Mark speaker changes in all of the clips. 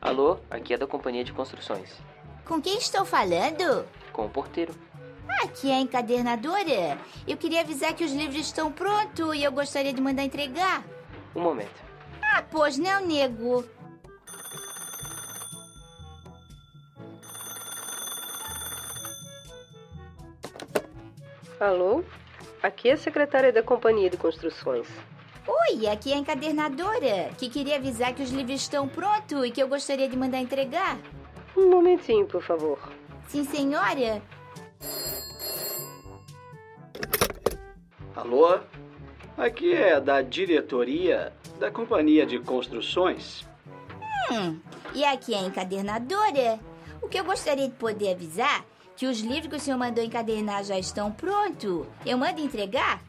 Speaker 1: Alô, aqui é da companhia de construções.
Speaker 2: Com quem estou falando?
Speaker 1: Com o porteiro.
Speaker 2: Aqui é a encadernadora. Eu queria avisar que os livros estão prontos e eu gostaria de mandar entregar.
Speaker 1: Um momento.
Speaker 2: Ah, pois não, nego.
Speaker 3: Alô? Aqui é a secretária da Companhia de Construções.
Speaker 2: Oi, aqui é a encadernadora, que queria avisar que os livros estão prontos e que eu gostaria de mandar entregar.
Speaker 3: Um momentinho, por favor.
Speaker 2: Sim, senhora?
Speaker 4: Alô? Aqui é da diretoria da Companhia de Construções.
Speaker 2: Hum, e aqui é a encadernadora. O que eu gostaria de poder avisar que os livros que o senhor mandou encadernar já estão prontos. Eu mando entregar?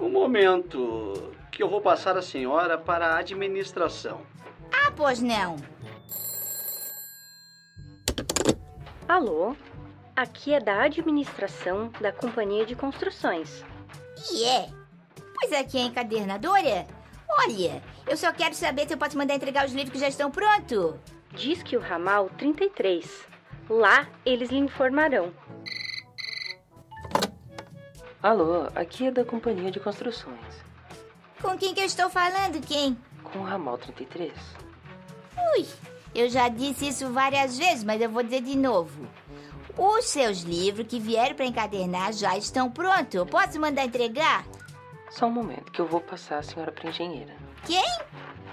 Speaker 4: Um momento que eu vou passar a senhora para a administração.
Speaker 2: Ah, pois não.
Speaker 3: Alô? Aqui é da administração da Companhia de Construções.
Speaker 2: E é? Pois aqui é a encadernadora. Olha, eu só quero saber se eu posso mandar entregar os livros que já estão prontos.
Speaker 3: Diz que o ramal 33. Lá eles lhe informarão.
Speaker 1: Alô, aqui é da companhia de construções.
Speaker 2: Com quem que eu estou falando, quem?
Speaker 1: Com o ramal 33.
Speaker 2: Ui, eu já disse isso várias vezes, mas eu vou dizer de novo. Os seus livros que vieram para encadernar já estão prontos. Eu Posso mandar entregar?
Speaker 1: Só um momento que eu vou passar a senhora para engenheira.
Speaker 2: Quem?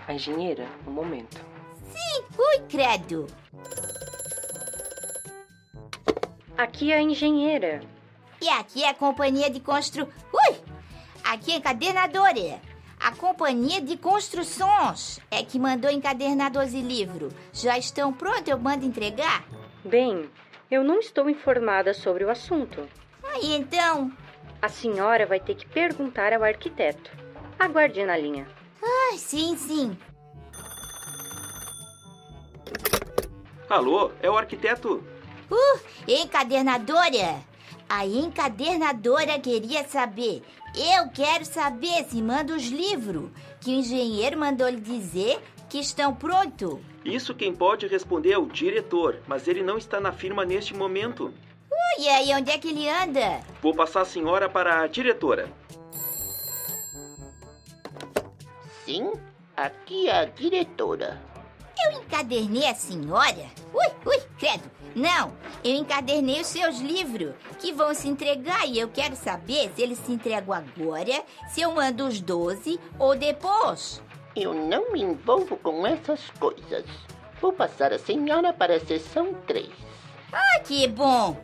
Speaker 1: A engenheira, um momento.
Speaker 2: Sim, ui, credo.
Speaker 3: Aqui é a engenheira.
Speaker 2: E aqui é a companhia de constru... Ui! Aqui é encadernadora. A companhia de construções é que mandou encadernar 12 livros. Já estão prontos, eu mando entregar?
Speaker 3: Bem, eu não estou informada sobre o assunto.
Speaker 2: Aí então...
Speaker 3: A senhora vai ter que perguntar ao arquiteto. Aguarde na linha.
Speaker 2: Ai, ah, sim, sim.
Speaker 4: Alô, é o arquiteto?
Speaker 2: Uh, encadernadora! A encadernadora queria saber. Eu quero saber se manda os livros que o engenheiro mandou lhe dizer que estão prontos.
Speaker 5: Isso quem pode responder é o diretor, mas ele não está na firma neste momento.
Speaker 2: E aí, onde é que ele anda?
Speaker 5: Vou passar a senhora para a diretora.
Speaker 6: Sim, aqui é a diretora.
Speaker 2: Eu encadernei a senhora? Ui, ui, credo. Não, eu encadernei os seus livros, que vão se entregar e eu quero saber se eles se entregam agora, se eu mando os 12 ou depois.
Speaker 6: Eu não me envolvo com essas coisas. Vou passar a senhora para a sessão 3.
Speaker 2: Ah, que bom!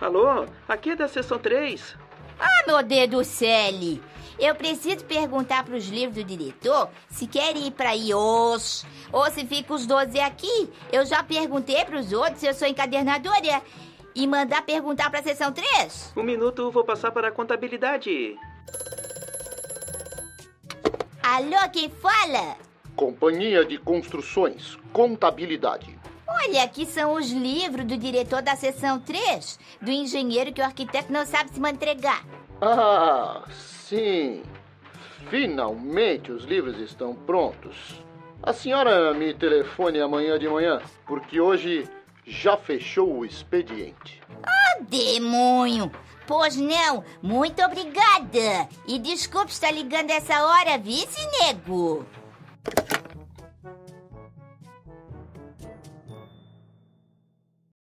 Speaker 5: Alô, aqui é da seção 3.
Speaker 2: Ah, meu dedo Celi! Eu preciso perguntar para os livros do diretor se querem ir para IOS ou se fica os 12 aqui. Eu já perguntei para os outros se eu sou encadernadora e mandar perguntar para a seção 3.
Speaker 5: Um minuto, vou passar para a contabilidade.
Speaker 2: Alô, quem fala?
Speaker 7: Companhia de Construções, Contabilidade.
Speaker 2: Olha, aqui são os livros do diretor da seção 3, do engenheiro que o arquiteto não sabe se entregar.
Speaker 7: Ah, sim. Finalmente os livros estão prontos. A senhora me telefone amanhã de manhã, porque hoje já fechou o expediente.
Speaker 2: Demônio! Pois não, muito obrigada! E desculpe estar ligando essa hora, vice nego!